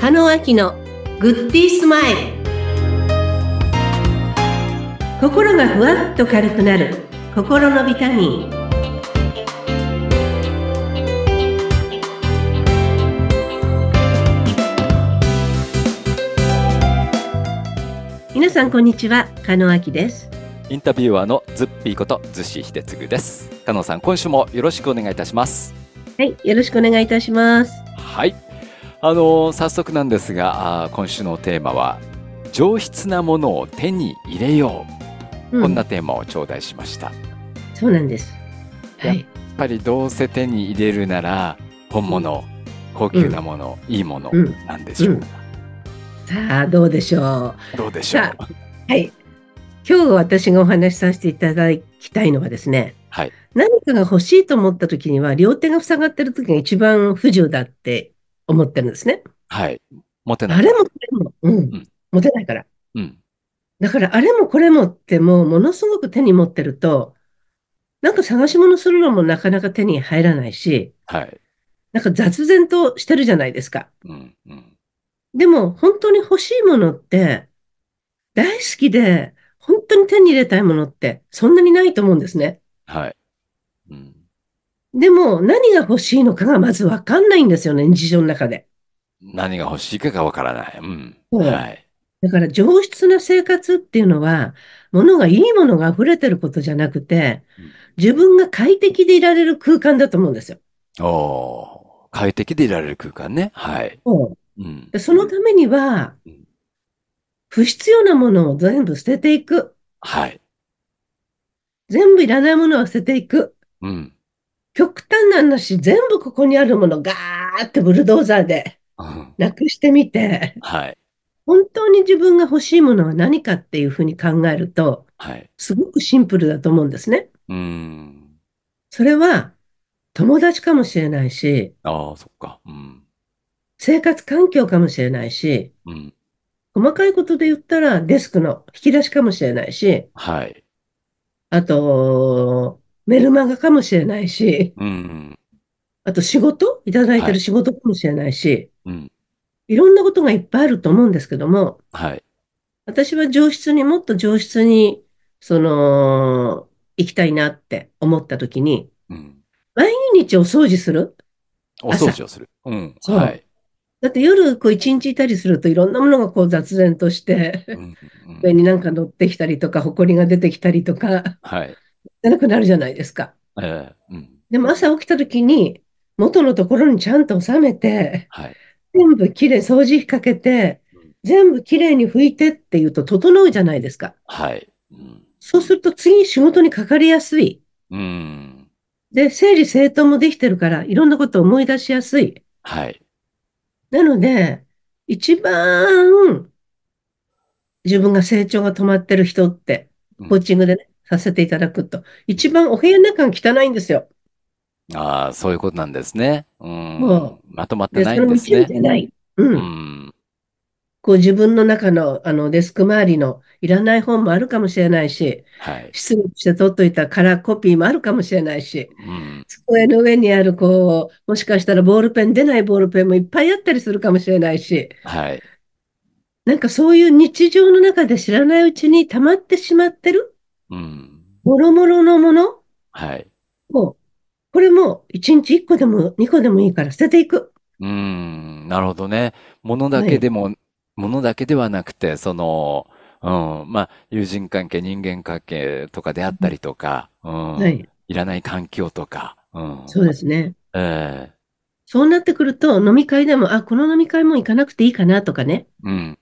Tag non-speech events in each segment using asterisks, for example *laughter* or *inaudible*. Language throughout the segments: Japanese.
中野明のグッディスマイル心がふわっと軽くなる心のビタミン皆さんこんにちは加野明ですインタビュアーのズッピーことズシヒデツグです。加納さん、今週もよろしくお願いいたします。はいよろしくお願いいたしますはい。あのー早速なんですが、あー今週のテーマは上質なものを手に入れよう。うんこんなテーマを頂戴しました。やそうなんですはい。っぱりどうせ手に入れるなら本物、高級なもの、いいものうんなんでしょうか。さあどうでしょうはどうでしょうさか。い今日私がお話しさせていただきたいのはですねはい。何かが欲しいと思った時には両手が塞がってる時が一番不自由だって思ってるんですねはい。持てなあい。れもこれも、うんん持てないからうん。だからあれもこれもってもうものすごく手に持ってると、なんか探し物するのもなかなか手に入らないし、はい。なんか雑然としてるじゃないですか。うん。うん。でも本当に欲しいものって大好きで本当に手に入れたいものってそんなにないと思うんですね。はい。うん。でも何が欲しいのかがまずわかんないんですよね、日常の中で。何が欲しいかがわからない。うん。うんはい。だから上質な生活っていうのは、物がいいものが溢れてることじゃなくてうん、自分が快適でいられる空間だと思うんですよ。おお、快適でいられる空間ね。はい。うん。でそのためにはうん、不必要なものを全部捨てていく。はい。全部いらないものは捨てていく。うん。 *laughs* 極端な話、全部ここにあるものガーってブルドーザーでうんなくしてみて、はい。本当に自分が欲しいものは何かっていうふうに考えると、はい。すごくシンプルだと思うんですね。うーん。それは、友達かもしれないし、ああ、そっか。うん。生活環境かもしれないし、うん。細かいことで言ったらデスクの引き出しかもしれないし、はい。あと、メルマガかもしれないし、うん。あと仕事、いただいてはるい仕事かもしれないし、うん。いろんなことがいっぱいあると思うんですけども、はい。私は上質にもっと上質に、その、行きたいなって思った時に、うん。毎日お掃除する。お掃除をする。うん。そうはい。だって夜こう一日いたりするといろんなものがこう雑然として、うん。うん上になんか乗ってきたりとか、埃が出てきたりとか、 *laughs* はい。じゃなくなるじゃないですか。ええ。うん。でも朝起きた時に、元のところにちゃんと収めて、はい。全部きれい、掃除機かけてうん、全部きれいに拭いてっていうと整うじゃないですか。はい。うん。そうすると次仕事にかかりやすい。うん。で、整理整頓もできてるから、いろんなことを思い出しやすい。はい。なので、一番自分が成長が止まってる人って、うんコーチングでね、させていただくと、一番お部屋の中が汚いんですよ。ああ、そういうことなんですね。うんも。まとまってで、なそいれんもで一す理ね。じゃない。う。うんん。こう自分の中の、あのデスク周りのいらない本もあるかもしれないし、はい。出力して取っといたカラーコピーもあるかもしれないし、うん。机の上にある、こう、もしかしたらボールペン、出ないボールペンもいっぱいあったりするかもしれないし、はい。なんかそういう日常の中で知らないうちに溜まってしまってる、うん。もろもろのものはい。を、これも1日1個でも2個でもいいから捨てていく。うーん、なるほどね。物だけでも、物だけではなくて、その、うん、まあ、友人関係、人間関係とかであったりとか、うん、はい。いらない環境とか、うん、そうですね。ええ、そうなってくると、飲み会でも、あ、この飲み会も行かなくていいかなとかね。うん、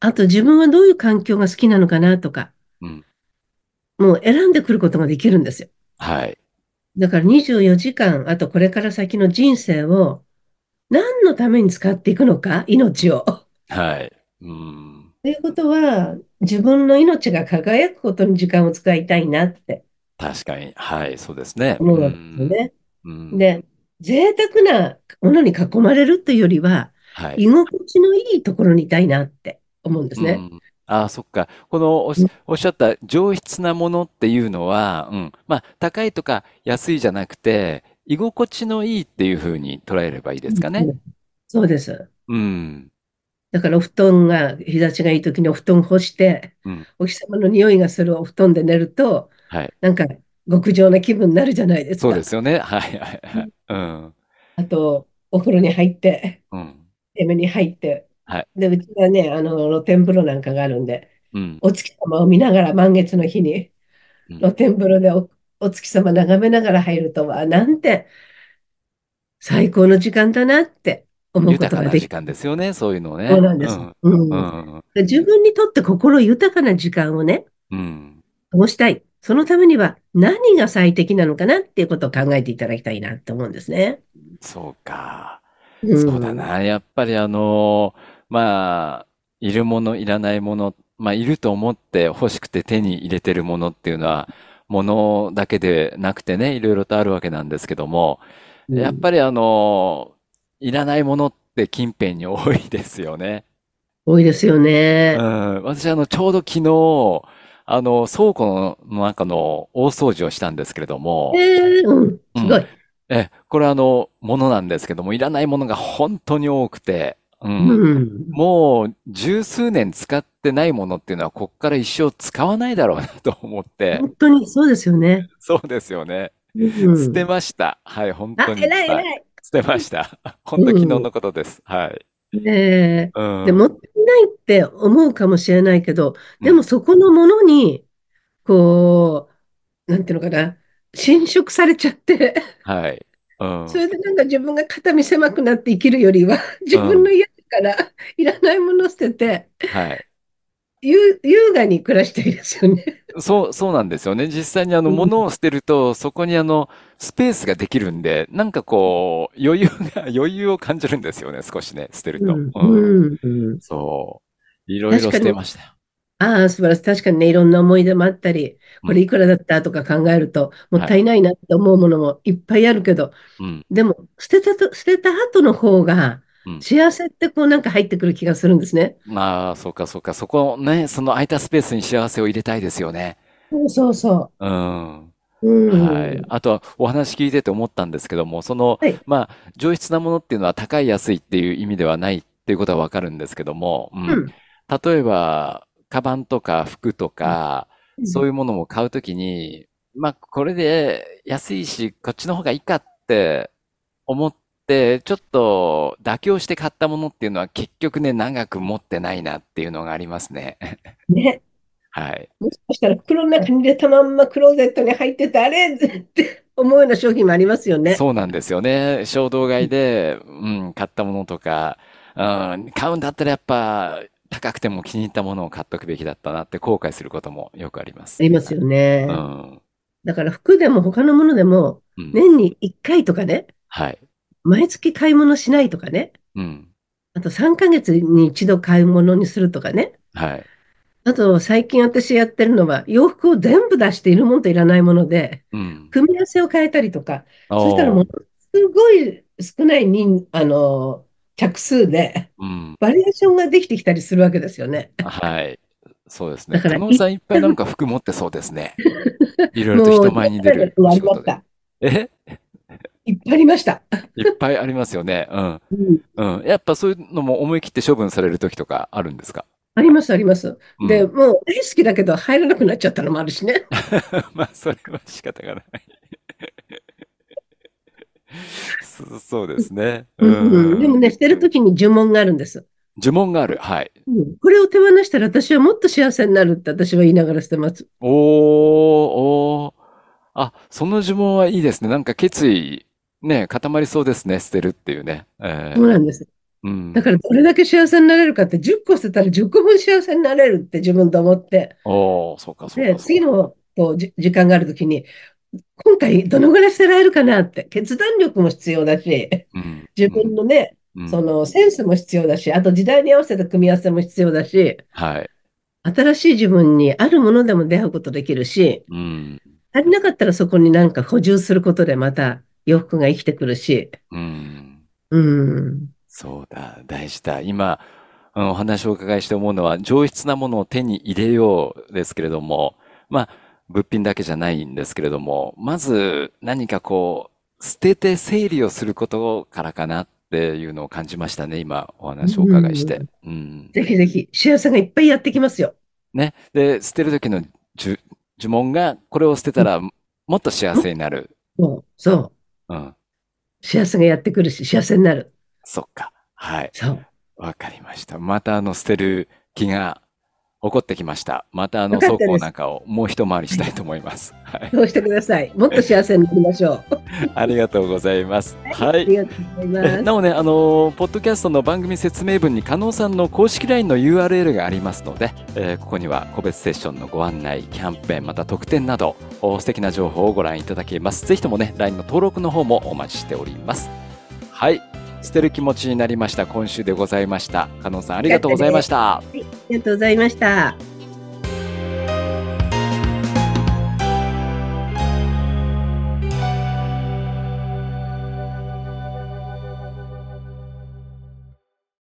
あと自分はどういう環境が好きなのかなとかうん、もう選んでくることができるんですよ。はい、だから24時間、あとこれから先の人生を何のために使っていくのか、命を。はい、うん、ということは、自分の命が輝くことに時間を使いたいなって確かに、はい、そうですね。思うわけですよね。うん、うん、で、贅沢なものに囲まれるというよりは、はい。居心地のいいところにいたいなって思うんですうね。んああ、そっか。このおしおっしゃった上質なものっていうのは、うん、まあ、高いとか安いじゃなくて、居心地のいいっていうふうに捉えればいいですかね。そうです。うん。だからお布団が、日差しがいい時にお布団干して、うんお日様の匂いがするお布団で寝ると、はい。なんか極上な気分になるじゃないですそうでか。すよね。はい、はい、はい。うん。あと、お風呂に入って、うん。手目に入って、はい。で、うちはね、あの、露天風呂なんかがあるんで、うん。お月様を見ながら、満月の日に、うん。露天風呂でお、お月様眺めながら入るとは、なんて最高の時間だなって思うこ豊とかがなで時き間ですよね。そういうのそうね。なんでうす。ん。う。うんん。自分にとって心豊かな時間をね、うん。過ごしたい。そのためには何が最適なのかなっていうことを考えていただきたいなと思うんですね。そうか。うそうだん。な。やっぱりあのまあ、いるもの、いらないもの、まあ、いると思って欲しくて手に入れてるものっていうのは、ものだけでなくてね、いろいろとあるわけなんですけども、うやっん。ぱりあのいらないものって近辺に多いですよね。多いですよう *laughs* ね。ん、私あの、ちょうど昨日、あの、倉庫の中の大掃除をしたんですけれども、えー、うん。うすん。ごい。え、これあの、ものなんですけども、いらないものが本当に多くて、うん。うん。もう十数年使ってないものっていうのは、こっから一生使わないだろうなと思って、本当にそうですよね。そうですよね。う *laughs* 捨てん。ました。はい、本当あ、にいっ偉いぱい。偉い。捨てました。ほんと昨日うん。のことです。はい。ねえ。うで、ん。もったいないって思うかもしれないけど、うでもん。そこのものに、こう、なんていうのかな、侵食されちゃって、はい。うそん。れでなんか自分が肩身狭くなって生きるよりは、う自分のん。家からいらないもの捨てて、はい。優、優雅に暮らしていいですよね。そう、そうなんですよね。実際にあの、うん、物を捨てると、そこにあの、スペースができるんで、なんかこう、余裕が、 *laughs* 余裕を感じるんですよね。少しね、捨てるうと。ん、うん。うんうんそう。いろい確ろか捨てに、ましたよ。ああ、素晴らしい。確かにね、いろんな思い出もあったり、うこれん。いくらだったとか考えると、もっはたい。いないなって思うものもいっぱいあるけど、うん。でも、捨てたと、捨てた後の方が、うん。幸せってこうなんか入ってくる気がするんですね。まあ、そうか、そうか。そこね、その空いたスペースに幸せを入れたいですよね。そうそうそうん。う。うはい。ん。あとはお話聞いてて思ったんですけども、その、はい、まあ、上質なものっていうのは高い安いっていう意味ではないっていうことはわかるんですけども、う。うんん。例えば、カバンとか服とか、うそういんうものも買うときに、まあ、これで安いし、こっちの方がいいかって思って、ちょっと妥協して買ったものっていうのは結局ね、長く持ってないなっていうのがありますね。ね。はい。もしかしたら袋の中に入れたまんまクローゼットに入ってて、あれって思うような商品もありますよね。そうなんですよね。衝動買いで、うん、買ったものとか、うん、買うんだったらやっぱ高くても気に入ったものを買っとくべきだったなって後悔することもよくありまあす。りますようね。ん、だから服でも他のものでも、うん、年に1回とかね、はい、毎月買い物しないとかね、うん、あと3ヶ月に一度買い物にするとかね。はい、あと、最近私やってるのは、洋服を全部出しているものといらないもので、うん、組み合わせを変えたりとか、そしたらもおのすごい少ない人、あの、着数で、うん、バリエーションができてきたりするわけですよね。はい、そうですね。だかから、のん一さんいっぱいなん旦、か服持ってそうで *laughs* すね。いろいろとも人う、前に出だるらや仕りま事しで。た。えいっぱいありました。いっぱいありますよね。うん、うん、うん。やっぱそういうのも思い切って処分される時とかあるんですかあります、あります。うで、ん。もう大好きだけど入らなくなっちゃったのもあるしね。 *laughs* まあ、それは仕方がない。そ、そうですね。ううん、うんでん。もね、捨てるときに呪文があるんです。呪文がある。はい。うん、これを手放したら私はもっと幸せになるって私は言いながら捨てます。おー、おー。あ、その呪文はいいですね。なんか決意、ね、固まりそうですね。捨てるっていうね。そうえなーんです。うだかん。らどれだけ幸せになれるかって10個捨てたら10個分幸せになれるって自分で思って。おー、そうか、そうで、か、そう次か。のこうじ時間があるときに、今回どのぐらい捨てられるかなって、決断力も必要だし、うん、自う分ん、のね、うそん。のセンスも必要だし、あと時代に合わせた組み合わせも必要だし、はい。新しい自分にあるものでも出会うことできるし、うん、足りなかったらそこになんか補充することでまた洋服が生きてくるし、うん。うん。そうだ、大事だ。今、あのお話をお伺いして思うのは、上質なものを手に入れようですけれども、まあ、物品だけじゃないんですけれども、まず何かこう、捨てて整理をすることからかなっていうのを感じましたね、今おう話をお伺いしん。て。うん。ぜひぜひ、シェアさんがいっぱいやってきますよ。ね。で、捨てる時の呪、呪文が、これを捨てたうんらもっと幸もっせになる。と、そう。うん。シェアさんがやってくるし、幸せになる。そっか。はい。そう。わかりました。またあの捨てる気が起こってきました。またあよのかっ倉た庫でなんす。かをもう一回りしはたい。いと思います。 *laughs* はい。そうしてください。もっと幸せになりましょう。あありがとうございます。はい。りがとうございえまなす。おね、あのーポッドキャストの番組説明文に、加納さんの公式 LINE の URL がありますので、えーここには個別セッションのご案内、キャンペーン、また特典など、お素敵な情報をご覧いただけます。ぜひともね、LINE の登録の方もお待ちしております。はい。捨てる気持ちになりました。今週でございました。加納さん、ありよがかとっうたございまでしす。た。はい、ありがとうございました。